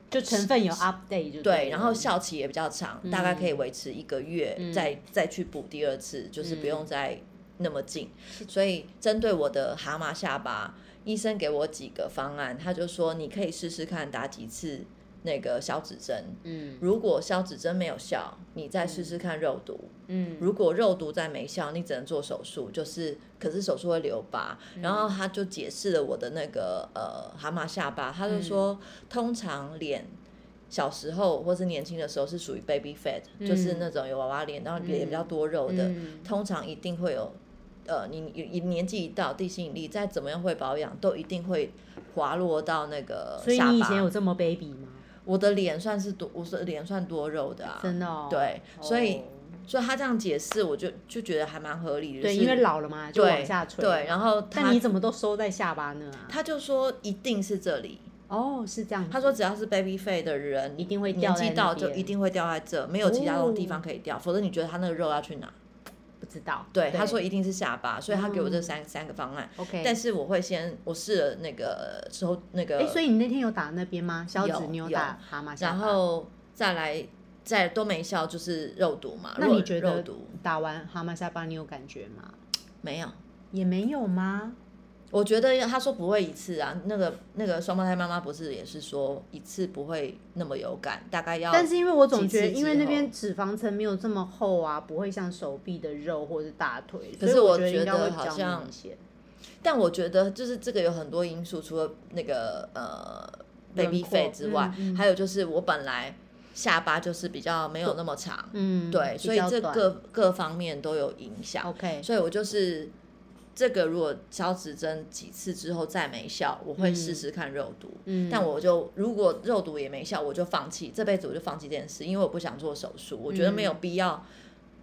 [SPEAKER 2] 就成分有 update 就
[SPEAKER 3] 对，
[SPEAKER 2] 了
[SPEAKER 3] 然后效期也比较长，大概可以维持一个月，
[SPEAKER 2] 嗯
[SPEAKER 3] 再再去补第二次，就是
[SPEAKER 2] 嗯
[SPEAKER 3] 不用再那么近。所以针对我的蛤蟆下巴，医生给我几个方案，他就说你可以试试看打几次那个消脂针，
[SPEAKER 2] 嗯
[SPEAKER 3] 如果消脂针没有效，你再试试看肉毒。
[SPEAKER 2] 嗯
[SPEAKER 3] 如果肉毒再没效，你只能做手术，就是可是手术会留疤。
[SPEAKER 2] 嗯
[SPEAKER 3] 然后他就解释了我的那个呃蛤蟆下巴，他
[SPEAKER 2] 嗯
[SPEAKER 3] 就说、通常脸。小时候或是年轻的时候是属于 baby fat，、就是那种有娃娃脸，然后脸比较多肉的，
[SPEAKER 2] 嗯
[SPEAKER 3] 通常一定会有，呃，你你你年纪一到，地心引力再怎么样会保养，都一定会滑落到那个
[SPEAKER 2] 所以
[SPEAKER 3] 呃下巴。
[SPEAKER 2] 你以前有这么 baby 吗？
[SPEAKER 3] 我的脸算是多，我的脸算多肉的啊，
[SPEAKER 2] 真的哦，
[SPEAKER 3] 对
[SPEAKER 2] 哦
[SPEAKER 3] 所以所以他这样解释，我就就觉得还蛮合理的。
[SPEAKER 2] 对，
[SPEAKER 3] 就是
[SPEAKER 2] 因为老了嘛，就
[SPEAKER 3] 对
[SPEAKER 2] 往下垂。
[SPEAKER 3] 对，，然后他
[SPEAKER 2] 但你怎么都收在下巴呢、啊？
[SPEAKER 3] 他就说一定是这里，
[SPEAKER 2] 哦，是这样子。
[SPEAKER 3] 他说只要是 baby face 的人，
[SPEAKER 2] 一定会掉
[SPEAKER 3] 年
[SPEAKER 2] 在
[SPEAKER 3] 纪
[SPEAKER 2] 那
[SPEAKER 3] 到就
[SPEAKER 2] 边哦
[SPEAKER 3] 一定会掉在这，没有其他地方可以掉，否则你觉得他那个肉要去哪？
[SPEAKER 2] 不知道。
[SPEAKER 3] 对，他说一定是下巴，所以他给我这
[SPEAKER 2] 嗯
[SPEAKER 3] 三三个方案。
[SPEAKER 2] OK，
[SPEAKER 3] 但是我会先，我试了那个抽那个，
[SPEAKER 2] 哎、所以你那天有打那边吗？小指
[SPEAKER 3] 有
[SPEAKER 2] 你有
[SPEAKER 3] 有
[SPEAKER 2] 打蛤蟆下
[SPEAKER 3] 然
[SPEAKER 2] 巴？
[SPEAKER 3] 后再来再都没效，就是肉毒嘛。
[SPEAKER 2] 那
[SPEAKER 3] 肉
[SPEAKER 2] 你觉
[SPEAKER 3] 肉
[SPEAKER 2] 得
[SPEAKER 3] 毒
[SPEAKER 2] 打完蛤蟆下巴你有感觉吗？
[SPEAKER 3] 没有？
[SPEAKER 2] 也没有吗？
[SPEAKER 3] 我觉得他说不会一次啊，那个那个双胞胎妈妈不是也是说一次不会那么有感，大概要
[SPEAKER 2] 但是因为我总觉得，
[SPEAKER 3] 哦几次
[SPEAKER 2] 因为
[SPEAKER 3] 之
[SPEAKER 2] 那
[SPEAKER 3] 后
[SPEAKER 2] 边脂肪层没有这么厚啊，不会像手臂的肉或者是大腿，
[SPEAKER 3] 可
[SPEAKER 2] 所以
[SPEAKER 3] 是
[SPEAKER 2] 我
[SPEAKER 3] 我
[SPEAKER 2] 得
[SPEAKER 3] 觉
[SPEAKER 2] 应该
[SPEAKER 3] 得
[SPEAKER 2] 会
[SPEAKER 3] 好
[SPEAKER 2] 比较
[SPEAKER 3] 像
[SPEAKER 2] 明显。
[SPEAKER 3] 但我觉得就是这个有很多因素，除了那个呃
[SPEAKER 2] 轮
[SPEAKER 3] baby
[SPEAKER 2] 廓
[SPEAKER 3] fat 之外，
[SPEAKER 2] 嗯嗯
[SPEAKER 3] 还有就是我本来下巴就是比较没有那么长，
[SPEAKER 2] 嗯，
[SPEAKER 3] 对，
[SPEAKER 2] 比
[SPEAKER 3] 所以
[SPEAKER 2] 较
[SPEAKER 3] 这
[SPEAKER 2] 短
[SPEAKER 3] 各各方面都有影响。
[SPEAKER 2] OK，
[SPEAKER 3] 所以我就是这个，如果消脂针几次之后再没效，我会试试看肉毒。
[SPEAKER 2] 嗯
[SPEAKER 3] 但我就如果肉毒也没效，我就放弃，这辈子我就放弃这件事，因为我不想做手术，
[SPEAKER 2] 嗯
[SPEAKER 3] 我觉得没有必要，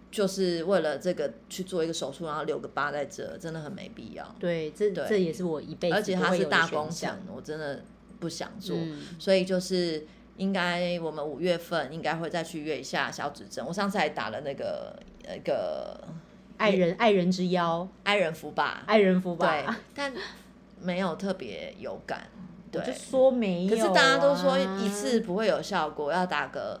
[SPEAKER 3] 就是为了这个去做一个手术，然后留个疤在这，真的很没必要。
[SPEAKER 2] 对，这
[SPEAKER 3] 对
[SPEAKER 2] 这也是我一辈子
[SPEAKER 3] 而且
[SPEAKER 2] 不
[SPEAKER 3] 它
[SPEAKER 2] 会
[SPEAKER 3] 是
[SPEAKER 2] 有的
[SPEAKER 3] 大
[SPEAKER 2] 选
[SPEAKER 3] 工程
[SPEAKER 2] 项，，
[SPEAKER 3] 我真的不想做，
[SPEAKER 2] 嗯
[SPEAKER 3] 所以就是。应该我们五月份应该会再去约一下小指针。我上次还打了那个那个
[SPEAKER 2] 爱人爱人之腰，
[SPEAKER 3] 爱人福吧，
[SPEAKER 2] 爱人夫吧。
[SPEAKER 3] 对，
[SPEAKER 2] <laughs>
[SPEAKER 3] 但没有特别有感。
[SPEAKER 2] 我
[SPEAKER 3] 对，
[SPEAKER 2] 就说没有、
[SPEAKER 3] 可
[SPEAKER 2] 啊。
[SPEAKER 3] 是大家都说一次不会有效果，要打个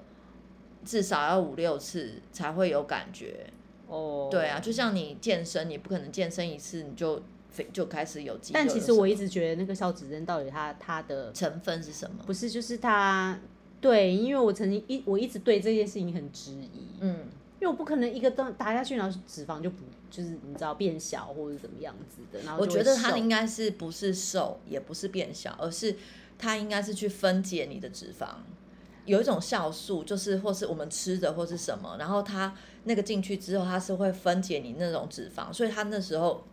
[SPEAKER 3] 至少要五六次才会有感觉。
[SPEAKER 2] 哦，
[SPEAKER 3] 对啊，就像你健身，你不可能健身一次你就非就开始有肌肉
[SPEAKER 2] 但
[SPEAKER 3] 有什么。
[SPEAKER 2] 其实我一直觉得那个消脂针到底它它的
[SPEAKER 3] 成分是什么？
[SPEAKER 2] 不是就是它对，因为我曾经一我一直对这件事情很质疑，
[SPEAKER 3] 嗯，
[SPEAKER 2] 因为我不可能一个灯打下去，然后脂肪就不就是你知道变小或者怎么样子的。然后
[SPEAKER 3] 我
[SPEAKER 2] 就会
[SPEAKER 3] 觉得
[SPEAKER 2] 瘦
[SPEAKER 3] 它应该是不是瘦，也不是变小，而是它应该是去分解你的脂肪。有一种酵素，就是或是我们吃的或是什么，然后它那个进去之后，它是会分解你那种脂肪，所以它那时候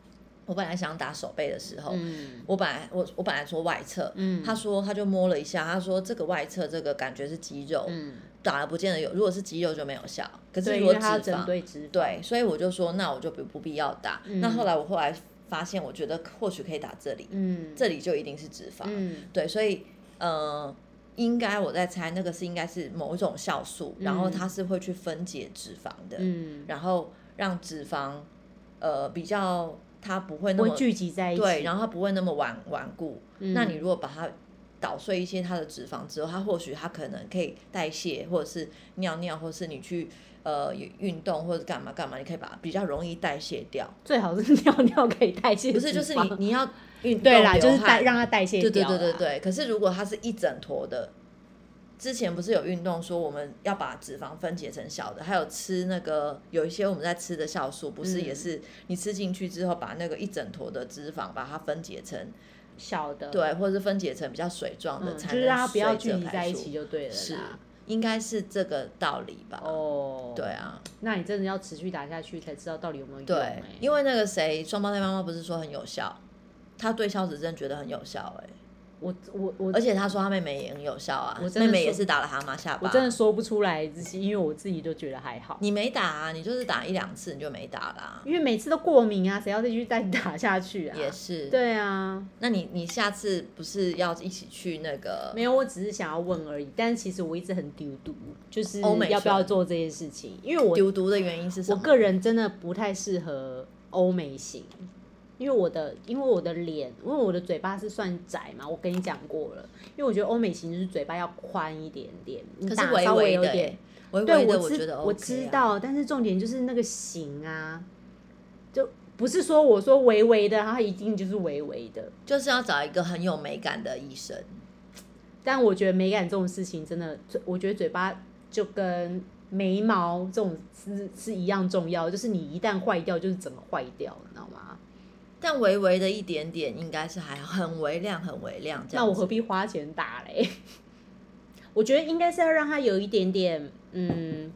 [SPEAKER 3] 我本来想打手背的时候，
[SPEAKER 2] 嗯
[SPEAKER 3] 我本来我我本来说外侧，
[SPEAKER 2] 嗯
[SPEAKER 3] 他说他就摸了一下，他说这个外侧这个感觉是肌肉，
[SPEAKER 2] 嗯，
[SPEAKER 3] 打了不见得有，如果是肌肉就没有效，可是
[SPEAKER 2] 对，因
[SPEAKER 3] 如果
[SPEAKER 2] 为
[SPEAKER 3] 脂
[SPEAKER 2] 它要针
[SPEAKER 3] 肪，
[SPEAKER 2] 对脂肪，
[SPEAKER 3] 对，所以我就说，那我就不不必要打。
[SPEAKER 2] 嗯
[SPEAKER 3] 那后来我后来发现，我觉得或许可以打这里，
[SPEAKER 2] 嗯，
[SPEAKER 3] 这里就一定是脂肪。
[SPEAKER 2] 嗯
[SPEAKER 3] 对，所以呃，应该我在猜那个是应该是某一种酵素，然后
[SPEAKER 2] 嗯
[SPEAKER 3] 它是会去分解脂肪的，
[SPEAKER 2] 嗯，
[SPEAKER 3] 然后让脂肪呃比较它不会
[SPEAKER 2] 不
[SPEAKER 3] 那
[SPEAKER 2] 会
[SPEAKER 3] 么
[SPEAKER 2] 聚集在一起，
[SPEAKER 3] 对，然后它不会那么顽顽固。
[SPEAKER 2] 嗯
[SPEAKER 3] 那你如果把它捣碎一些它的脂肪之后，它或许它可能可以代谢，或者是尿尿，或者是你去呃运动或者干嘛干嘛，你可以把它比较容易代谢掉。
[SPEAKER 2] 最好是尿尿可以代谢脂肪，
[SPEAKER 3] 不是，就是你你
[SPEAKER 2] <laughs>
[SPEAKER 3] 要运动
[SPEAKER 2] 对啦，
[SPEAKER 3] 流
[SPEAKER 2] 就是
[SPEAKER 3] 汗
[SPEAKER 2] 代让它代谢
[SPEAKER 3] 对对
[SPEAKER 2] 掉
[SPEAKER 3] 对
[SPEAKER 2] 啦，
[SPEAKER 3] 对对。可是如果它是一整坨的，之前不是有运动说我们要把脂肪分解成小的，还有吃那个有一些我们在吃的酵素，不是
[SPEAKER 2] 嗯
[SPEAKER 3] 也是、你吃进去之后把那个一整坨的脂肪把它分解成
[SPEAKER 2] 小的，
[SPEAKER 3] 对，或者是分解成比较水状的，
[SPEAKER 2] 嗯，就
[SPEAKER 3] 才
[SPEAKER 2] 是
[SPEAKER 3] 能
[SPEAKER 2] 让它不要
[SPEAKER 3] 随
[SPEAKER 2] 聚
[SPEAKER 3] 着
[SPEAKER 2] 集
[SPEAKER 3] 排
[SPEAKER 2] 在一
[SPEAKER 3] 出
[SPEAKER 2] 起就对了
[SPEAKER 3] 是
[SPEAKER 2] 啦。
[SPEAKER 3] 应该是这个道理吧？
[SPEAKER 2] 哦，
[SPEAKER 3] 对，啊，
[SPEAKER 2] 那你真的要持续打下去才知道到底有没有用、
[SPEAKER 3] 对，
[SPEAKER 2] 欸。
[SPEAKER 3] 因为那个谁，双胞胎妈妈不是说很有效，她对消脂症觉得很有效哎、
[SPEAKER 2] 我我我
[SPEAKER 3] 而且她说她妹妹也很有效啊
[SPEAKER 2] 我，真
[SPEAKER 3] 妹
[SPEAKER 2] 的
[SPEAKER 3] 妹也
[SPEAKER 2] 说
[SPEAKER 3] 是打了蛤蟆下巴，
[SPEAKER 2] 我真的说不出来自己，因为我自己都觉得还好，
[SPEAKER 3] 你没打啊，你就是打一两次你就没打啦、
[SPEAKER 2] 因为每次都过敏啊，谁要再去再打下去啊？
[SPEAKER 3] 也是，，
[SPEAKER 2] 对啊，
[SPEAKER 3] 那你你下次不是要一起去那个
[SPEAKER 2] 没有，我只是想要问而已。但其实我一直很丢毒，就是
[SPEAKER 3] 欧美
[SPEAKER 2] 要不要
[SPEAKER 3] 选
[SPEAKER 2] 做这件事情，因为我
[SPEAKER 3] 哦丢毒的原因是什
[SPEAKER 2] 我
[SPEAKER 3] 么？
[SPEAKER 2] 个人真的不太适合欧美型，因为我的因为我的脸，因为我的嘴巴是算窄嘛，我跟你讲过了，因为我觉得欧美型就是嘴巴要宽一点点，你
[SPEAKER 3] 可
[SPEAKER 2] 打
[SPEAKER 3] 是微
[SPEAKER 2] 稍微
[SPEAKER 3] 微
[SPEAKER 2] 有
[SPEAKER 3] 的、
[SPEAKER 2] 点。
[SPEAKER 3] 欸，微微
[SPEAKER 2] 对，
[SPEAKER 3] 的
[SPEAKER 2] 我知
[SPEAKER 3] 觉得 OK、啊、
[SPEAKER 2] 我知道，但是重点就是那个型啊，就不是说我说微微的，它一定就是微微的。
[SPEAKER 3] 就是要找一个很有美感的医生。
[SPEAKER 2] 但我觉得美感这种事情真的，嘴我觉得嘴巴就跟眉毛这种是是一样重要，就是你一旦坏掉，就是整个坏掉，你知道吗？
[SPEAKER 3] 但微微的一点点，应该是还好，很微量，很微量这
[SPEAKER 2] 那
[SPEAKER 3] 样子。
[SPEAKER 2] 我何必花钱打嘞？ <laughs> 我觉得应该是要让它有一点点嗯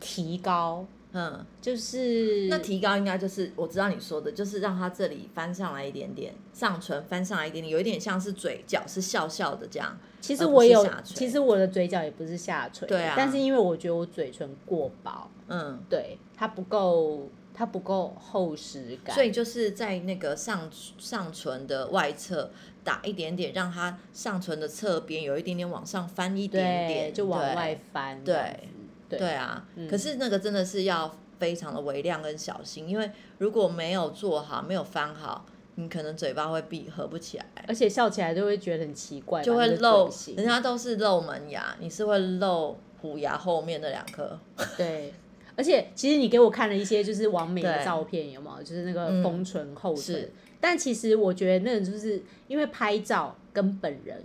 [SPEAKER 2] 提高，
[SPEAKER 3] 嗯，
[SPEAKER 2] 就是
[SPEAKER 3] 那提高应该就是我知道你说的，就是让它这里翻上来一点点，上唇翻上来一点点，有一点像是嘴角是笑笑的这样。
[SPEAKER 2] 其
[SPEAKER 3] 而
[SPEAKER 2] 实
[SPEAKER 3] 不
[SPEAKER 2] 我
[SPEAKER 3] 是
[SPEAKER 2] 有
[SPEAKER 3] 下，垂
[SPEAKER 2] 其实我的嘴角也不是下垂，
[SPEAKER 3] 对啊
[SPEAKER 2] 但是因为我觉得我嘴唇过薄，
[SPEAKER 3] 嗯，
[SPEAKER 2] 对它不够，它不够厚实感，
[SPEAKER 3] 所以就是在那个上上唇的外侧打一点点，让它上唇的侧边有一点点往上翻一点
[SPEAKER 2] 对
[SPEAKER 3] 点，
[SPEAKER 2] 就往
[SPEAKER 3] 对
[SPEAKER 2] 外翻，
[SPEAKER 3] 对
[SPEAKER 2] 这样子对
[SPEAKER 3] 对啊，
[SPEAKER 2] 嗯
[SPEAKER 3] 可是那个真的是要非常的微量跟小心，因为如果没有做好，没有翻好，你可能嘴巴会闭合不起来，
[SPEAKER 2] 而且笑起来就会觉得很奇怪嘛，
[SPEAKER 3] 就会
[SPEAKER 2] 你的
[SPEAKER 3] 露
[SPEAKER 2] 嘴，型
[SPEAKER 3] 人家都是露门牙，你是会露虎牙后面那两颗，
[SPEAKER 2] 对。而且，其实你给我看了一些就是完美的
[SPEAKER 3] 对
[SPEAKER 2] 照片，有没有？就是那个
[SPEAKER 3] 嗯
[SPEAKER 2] 丰唇厚唇、
[SPEAKER 3] 是
[SPEAKER 2] 但其实我觉得那个就是因为拍照跟本人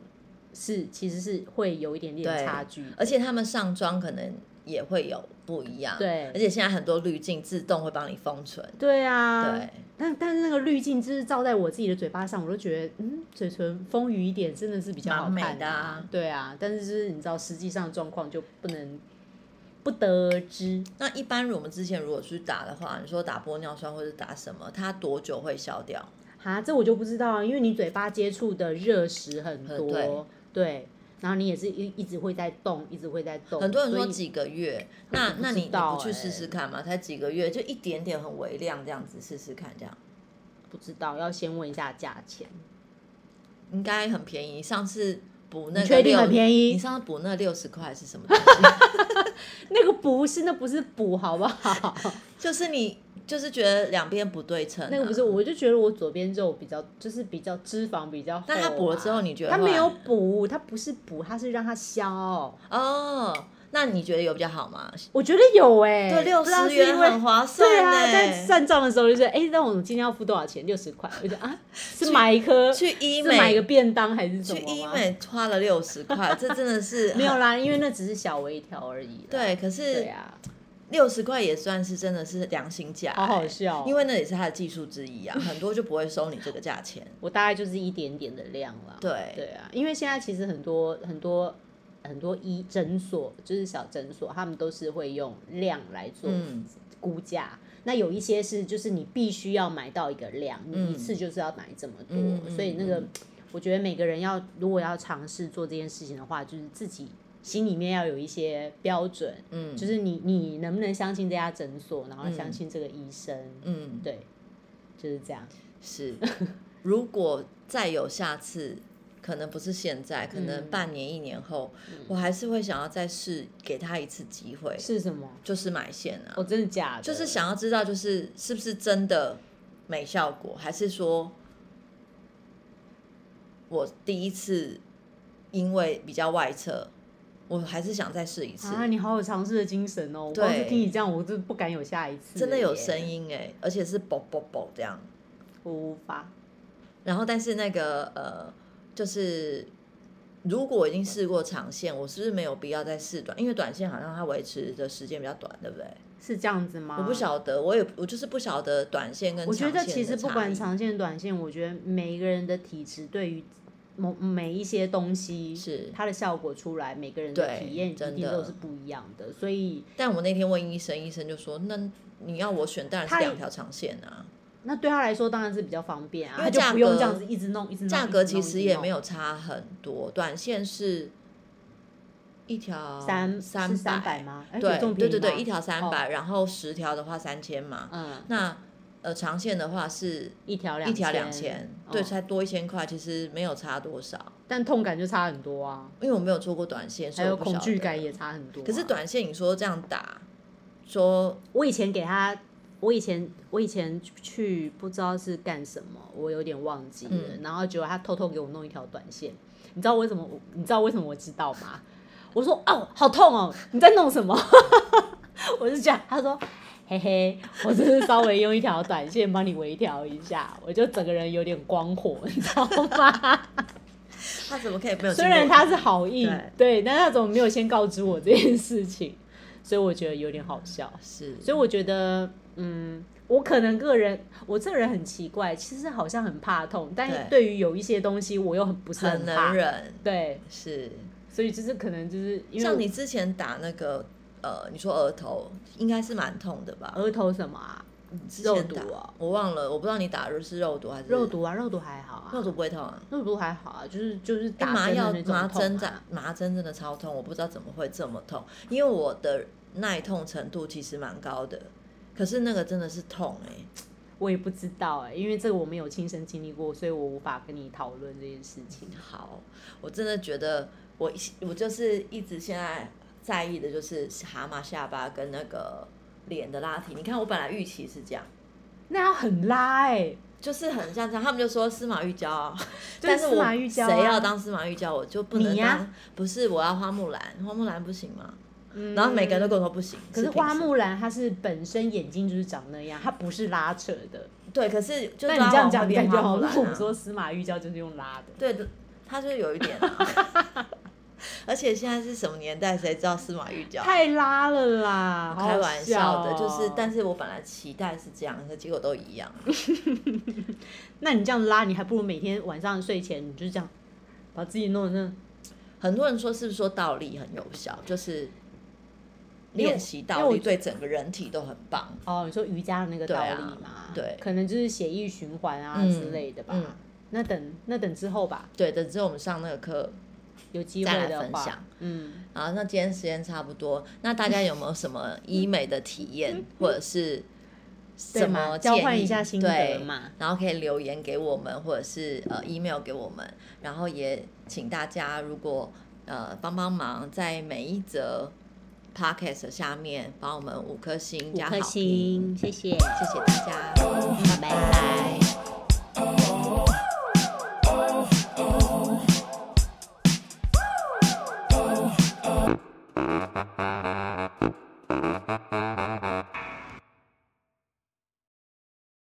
[SPEAKER 2] 是其实是会有一点点
[SPEAKER 3] 对
[SPEAKER 2] 差距的，
[SPEAKER 3] 而且他们上妆可能也会有不一样，
[SPEAKER 2] 对
[SPEAKER 3] 而且现在很多滤镜自动会帮你封唇，
[SPEAKER 2] 对啊，
[SPEAKER 3] 对，
[SPEAKER 2] 但但是那个滤镜就是照在我自己的嘴巴上，我都觉得嗯，嘴唇丰腴一点真的是比较好
[SPEAKER 3] 蛮
[SPEAKER 2] 看
[SPEAKER 3] 美的啊
[SPEAKER 2] 对啊，但是就是你知道，实际上的状况就不能不得而知。
[SPEAKER 3] 那一般我们之前如果去打的话，你说打玻尿酸或者打什么，它多久会消掉？
[SPEAKER 2] 哈，这我就不知道啊，因为你嘴巴接触的热食很
[SPEAKER 3] 很
[SPEAKER 2] 多，
[SPEAKER 3] 嗯对
[SPEAKER 2] 对然后你也是一一直会在动，一直会在动。
[SPEAKER 3] 很多人
[SPEAKER 2] 所
[SPEAKER 3] 说
[SPEAKER 2] 以
[SPEAKER 3] 几个
[SPEAKER 2] <laughs>
[SPEAKER 3] 月，那
[SPEAKER 2] 不
[SPEAKER 3] 那
[SPEAKER 2] 知
[SPEAKER 3] 你你
[SPEAKER 2] 道
[SPEAKER 3] 不去
[SPEAKER 2] 欸
[SPEAKER 3] 试试看嘛？才几个月，就一点点很微量这样子试试看，这样
[SPEAKER 2] 不知道，要先问一下价钱。
[SPEAKER 3] 应该很便宜。上次补那
[SPEAKER 2] 你
[SPEAKER 3] 个
[SPEAKER 2] 确定
[SPEAKER 3] 六，
[SPEAKER 2] 很便宜
[SPEAKER 3] 你上次补那六十块是什么东西？ <laughs>
[SPEAKER 2] 那个不是，那不是补，好不好？
[SPEAKER 3] 就是你就是觉得两边不对称、啊
[SPEAKER 2] 那个不是，。我就觉得我左边肉比较，就是比较脂肪比较厚啊、
[SPEAKER 3] 但它补了之后，你觉得
[SPEAKER 2] 它
[SPEAKER 3] 后来
[SPEAKER 2] 没有补，它不是补，它是让它消。
[SPEAKER 3] 哦？那你觉得有比较好吗？
[SPEAKER 2] 我觉得有哎、
[SPEAKER 3] 对，六
[SPEAKER 2] 不知道
[SPEAKER 3] 十
[SPEAKER 2] 是因
[SPEAKER 3] 元
[SPEAKER 2] 为
[SPEAKER 3] 很划
[SPEAKER 2] <laughs>
[SPEAKER 3] 算欸
[SPEAKER 2] 对啊，
[SPEAKER 3] 呢
[SPEAKER 2] 在算账的时候就是，哎、那我今天要付多少钱？六十块，我就
[SPEAKER 3] <laughs>
[SPEAKER 2] 啊，是买一颗，
[SPEAKER 3] 去医
[SPEAKER 2] 是
[SPEAKER 3] 美
[SPEAKER 2] 买一个便当还是什
[SPEAKER 3] 去
[SPEAKER 2] 么吗？
[SPEAKER 3] 医美花了六十块，这真的是
[SPEAKER 2] <laughs> 没有啦，因为那只是小微调而已啦。
[SPEAKER 3] 对，可是
[SPEAKER 2] 对啊，
[SPEAKER 3] 六十块也算是真的是良心价、
[SPEAKER 2] 好好
[SPEAKER 3] 欸
[SPEAKER 2] 笑哦
[SPEAKER 3] 因为那也是它的技术之一啊， <laughs> 很多就不会收你这个价钱。
[SPEAKER 2] 我大概就是一点点的量啦。
[SPEAKER 3] 对
[SPEAKER 2] 对啊，因为现在其实很多很多很多医诊所，就是小诊所，他们都是会用量来做
[SPEAKER 3] 嗯
[SPEAKER 2] 估价。那有一些是就是你必须要买到一个量，你一次就是要买这么多，
[SPEAKER 3] 嗯嗯
[SPEAKER 2] 所以那个
[SPEAKER 3] 嗯
[SPEAKER 2] 我觉得每个人要如果要尝试做这件事情的话，就是自己心里面要有一些标准，
[SPEAKER 3] 嗯
[SPEAKER 2] 就是你你能不能相信这家诊所，然后
[SPEAKER 3] 嗯
[SPEAKER 2] 相信这个医生，
[SPEAKER 3] 嗯，
[SPEAKER 2] 对，就是这样。
[SPEAKER 3] 是。 <laughs> 如果再有下次，可能不是现在，可能
[SPEAKER 2] 嗯
[SPEAKER 3] 半年一年后，我还是会想要再试，给他一次机会，
[SPEAKER 2] 是什么？
[SPEAKER 3] 就是买线啊。
[SPEAKER 2] 哦，真的假的？
[SPEAKER 3] 就是想要知道，就是是不是真的没效果，还是说我第一次因为比较外侧，我还是想再试一次。
[SPEAKER 2] 啊，你好有尝试的精神哦！我
[SPEAKER 3] 对
[SPEAKER 2] 光是听你这样，我就不敢有下一次。
[SPEAKER 3] 真的有声，音哎、而且是啵啵啵这样。
[SPEAKER 2] 我无法。
[SPEAKER 3] 然后，但是那个呃，就是如果我已经试过长线，我是不是没有必要再试短？因为短线好像它维持的时间比较短，对不对？
[SPEAKER 2] 是这样子吗？
[SPEAKER 3] 我不晓得，我也我就是不晓得短线跟
[SPEAKER 2] 啊我
[SPEAKER 3] 长线
[SPEAKER 2] 觉
[SPEAKER 3] 的
[SPEAKER 2] 得其实不
[SPEAKER 3] 差
[SPEAKER 2] 管
[SPEAKER 3] 异
[SPEAKER 2] 长线短线，我觉得每一个人的体质对于某每一些东西，
[SPEAKER 3] 是
[SPEAKER 2] 它的效果出来，每个人的
[SPEAKER 3] 对
[SPEAKER 2] 体验一
[SPEAKER 3] 真
[SPEAKER 2] 定
[SPEAKER 3] 的
[SPEAKER 2] 都是不一样的。所以，
[SPEAKER 3] 但我那天问医生，医生就说：“那你要我选，当然是
[SPEAKER 2] 他
[SPEAKER 3] 两条长线啊，
[SPEAKER 2] 那对他来说当然是比较方便啊，
[SPEAKER 3] 因
[SPEAKER 2] 他
[SPEAKER 3] 为
[SPEAKER 2] 就
[SPEAKER 3] 价
[SPEAKER 2] 不用
[SPEAKER 3] 格
[SPEAKER 2] 这样子一直弄，一直弄。
[SPEAKER 3] 价
[SPEAKER 2] 一
[SPEAKER 3] 格
[SPEAKER 2] 直弄
[SPEAKER 3] 其
[SPEAKER 2] 一
[SPEAKER 3] 实
[SPEAKER 2] 直
[SPEAKER 3] 也
[SPEAKER 2] 弄
[SPEAKER 3] 没有差很多。短线是一条
[SPEAKER 2] 三
[SPEAKER 3] 三
[SPEAKER 2] 是三百？吗？哎有
[SPEAKER 3] 对
[SPEAKER 2] 这么
[SPEAKER 3] 对
[SPEAKER 2] 便宜
[SPEAKER 3] 对对，
[SPEAKER 2] 吗
[SPEAKER 3] 一条三
[SPEAKER 2] 哦
[SPEAKER 3] 百，然后十条的话三千嘛。
[SPEAKER 2] 嗯，
[SPEAKER 3] 那呃，长线的话是
[SPEAKER 2] 一条两
[SPEAKER 3] 一条
[SPEAKER 2] 千
[SPEAKER 3] 两千，对，
[SPEAKER 2] 哦
[SPEAKER 3] 才多一千块，其实没有差多少。
[SPEAKER 2] 但痛感就差很多啊，
[SPEAKER 3] 因为我没有做过短线，
[SPEAKER 2] 还
[SPEAKER 3] 所以
[SPEAKER 2] 有
[SPEAKER 3] 我不
[SPEAKER 2] 恐
[SPEAKER 3] 晓
[SPEAKER 2] 惧
[SPEAKER 3] 得。
[SPEAKER 2] 感也差很多啊、
[SPEAKER 3] 可是短线，你说这样打，说
[SPEAKER 2] 我以前给他，我以前我以前去不知道是干什么，我有点忘记了。
[SPEAKER 3] 嗯
[SPEAKER 2] 然后结果他偷偷给我弄一条短线，你知道为什么我？你知道为什么我知道吗？我说哦，好痛哦，你在弄什么？ <laughs> 我就这样，他说。嘿嘿，我只是稍微用一条短线帮你微调一下，我就整个人有点光火，你知道
[SPEAKER 3] <laughs>
[SPEAKER 2] 吗？
[SPEAKER 3] 他怎么可以没有经过我？
[SPEAKER 2] 虽然他是好意，
[SPEAKER 3] 对
[SPEAKER 2] 对，但他怎么没有先告知我这件事情？所以我觉得有点好笑。
[SPEAKER 3] 是，
[SPEAKER 2] 所以我觉得，嗯，我可能个人，我这个人很奇怪，其实好像很怕痛，但对于有一些东西，我又很不是
[SPEAKER 3] 很
[SPEAKER 2] 怕
[SPEAKER 3] 能。忍，
[SPEAKER 2] 对，
[SPEAKER 3] 是。
[SPEAKER 2] 所以就是可能就是因为
[SPEAKER 3] 像你之前打那个呃，你说额头应该是蛮痛的吧？
[SPEAKER 2] 额头什么啊，
[SPEAKER 3] 你之
[SPEAKER 2] 肉
[SPEAKER 3] 前
[SPEAKER 2] 毒
[SPEAKER 3] 打
[SPEAKER 2] 哦，
[SPEAKER 3] 我忘了，我不知道你打的是肉毒还是
[SPEAKER 2] 肉，毒啊，肉毒还好啊
[SPEAKER 3] 肉，毒不会痛啊。
[SPEAKER 2] 肉毒还好啊，就是就是
[SPEAKER 3] 哎
[SPEAKER 2] 打
[SPEAKER 3] 麻
[SPEAKER 2] 针
[SPEAKER 3] 药
[SPEAKER 2] 的那种
[SPEAKER 3] 麻针
[SPEAKER 2] 痛
[SPEAKER 3] 在
[SPEAKER 2] 啊。
[SPEAKER 3] 麻针真的超痛，我不知道怎么会这么痛，因为我的耐痛程度其实蛮高的，可是那个真的是痛哎、
[SPEAKER 2] 我也不知道哎、因为这个我没有亲身经历过，所以我无法跟你讨论这件事情。
[SPEAKER 3] 好，我真的觉得我我就是一直现在在意的就是蛤蟆下巴跟那个脸的拉提。你看，我本来预期是这样，
[SPEAKER 2] 那要很拉哎、
[SPEAKER 3] 就是很像这样，他们就说司马玉娇啊，
[SPEAKER 2] 就是
[SPEAKER 3] 但是
[SPEAKER 2] 司
[SPEAKER 3] 我
[SPEAKER 2] 马玉娇啊
[SPEAKER 3] 谁要当司马玉娇，我就不能
[SPEAKER 2] 你
[SPEAKER 3] 当。
[SPEAKER 2] 呀
[SPEAKER 3] 不是，我要花木兰，花木兰不行吗？
[SPEAKER 2] 嗯
[SPEAKER 3] 然后每个人都跟我说不行。
[SPEAKER 2] 可是
[SPEAKER 3] 凭
[SPEAKER 2] 花
[SPEAKER 3] 什么
[SPEAKER 2] 木兰她是本身眼睛就是长那样，她不是拉扯的。
[SPEAKER 3] 对，可是就
[SPEAKER 2] 但
[SPEAKER 3] 抓
[SPEAKER 2] 你这样
[SPEAKER 3] 王
[SPEAKER 2] 讲，
[SPEAKER 3] 会
[SPEAKER 2] 感
[SPEAKER 3] 变
[SPEAKER 2] 觉
[SPEAKER 3] 花
[SPEAKER 2] 好像
[SPEAKER 3] 木兰、
[SPEAKER 2] 是
[SPEAKER 3] 啊。
[SPEAKER 2] 我们说司马玉娇就是用拉的。
[SPEAKER 3] 对的，他就有一点、啊。
[SPEAKER 2] <laughs>
[SPEAKER 3] 而且现在是什么年代？谁知道司马玉娇？
[SPEAKER 2] 太拉了啦！好好
[SPEAKER 3] 开玩笑的，
[SPEAKER 2] 哦
[SPEAKER 3] 就是，但是我本来期待是这样，可结果都一样。
[SPEAKER 2] 那你这样拉，你还不如每天晚上睡前你就是这样，把自己弄得
[SPEAKER 3] 很多人说是不是说倒立很有效，就是
[SPEAKER 2] 因为
[SPEAKER 3] 练习
[SPEAKER 2] 因
[SPEAKER 3] 倒
[SPEAKER 2] 为
[SPEAKER 3] 立
[SPEAKER 2] 我
[SPEAKER 3] 对整个人体都很棒。
[SPEAKER 2] 那哦，你说瑜伽的那个
[SPEAKER 3] 对
[SPEAKER 2] 道
[SPEAKER 3] 啊
[SPEAKER 2] 理嘛，
[SPEAKER 3] 对
[SPEAKER 2] 可能就是血液循环啊
[SPEAKER 3] 嗯
[SPEAKER 2] 之类的吧。
[SPEAKER 3] 嗯
[SPEAKER 2] 那等那等之后吧，
[SPEAKER 3] 对，等之后我们上那个课。
[SPEAKER 2] 有机
[SPEAKER 3] 再来
[SPEAKER 2] 会的
[SPEAKER 3] 分
[SPEAKER 2] 话
[SPEAKER 3] 享，
[SPEAKER 2] 嗯，
[SPEAKER 3] 好，那今天时间差不多，那大家有没有什么医美的体验，或者是
[SPEAKER 2] 对
[SPEAKER 3] 什
[SPEAKER 2] 嘛
[SPEAKER 3] 么
[SPEAKER 2] 交
[SPEAKER 3] 建
[SPEAKER 2] 换一
[SPEAKER 3] 议
[SPEAKER 2] 下心
[SPEAKER 3] 对
[SPEAKER 2] 得嘛？
[SPEAKER 3] 然后可以留言给我们，或者是呃 email 给我们，然后也请大家如果呃帮帮忙，在每一则 podcast 下面帮我们五颗星
[SPEAKER 2] 五
[SPEAKER 3] 加好
[SPEAKER 2] 颗 <laughs>
[SPEAKER 3] 评，
[SPEAKER 2] 星，谢谢。
[SPEAKER 3] 谢谢大家。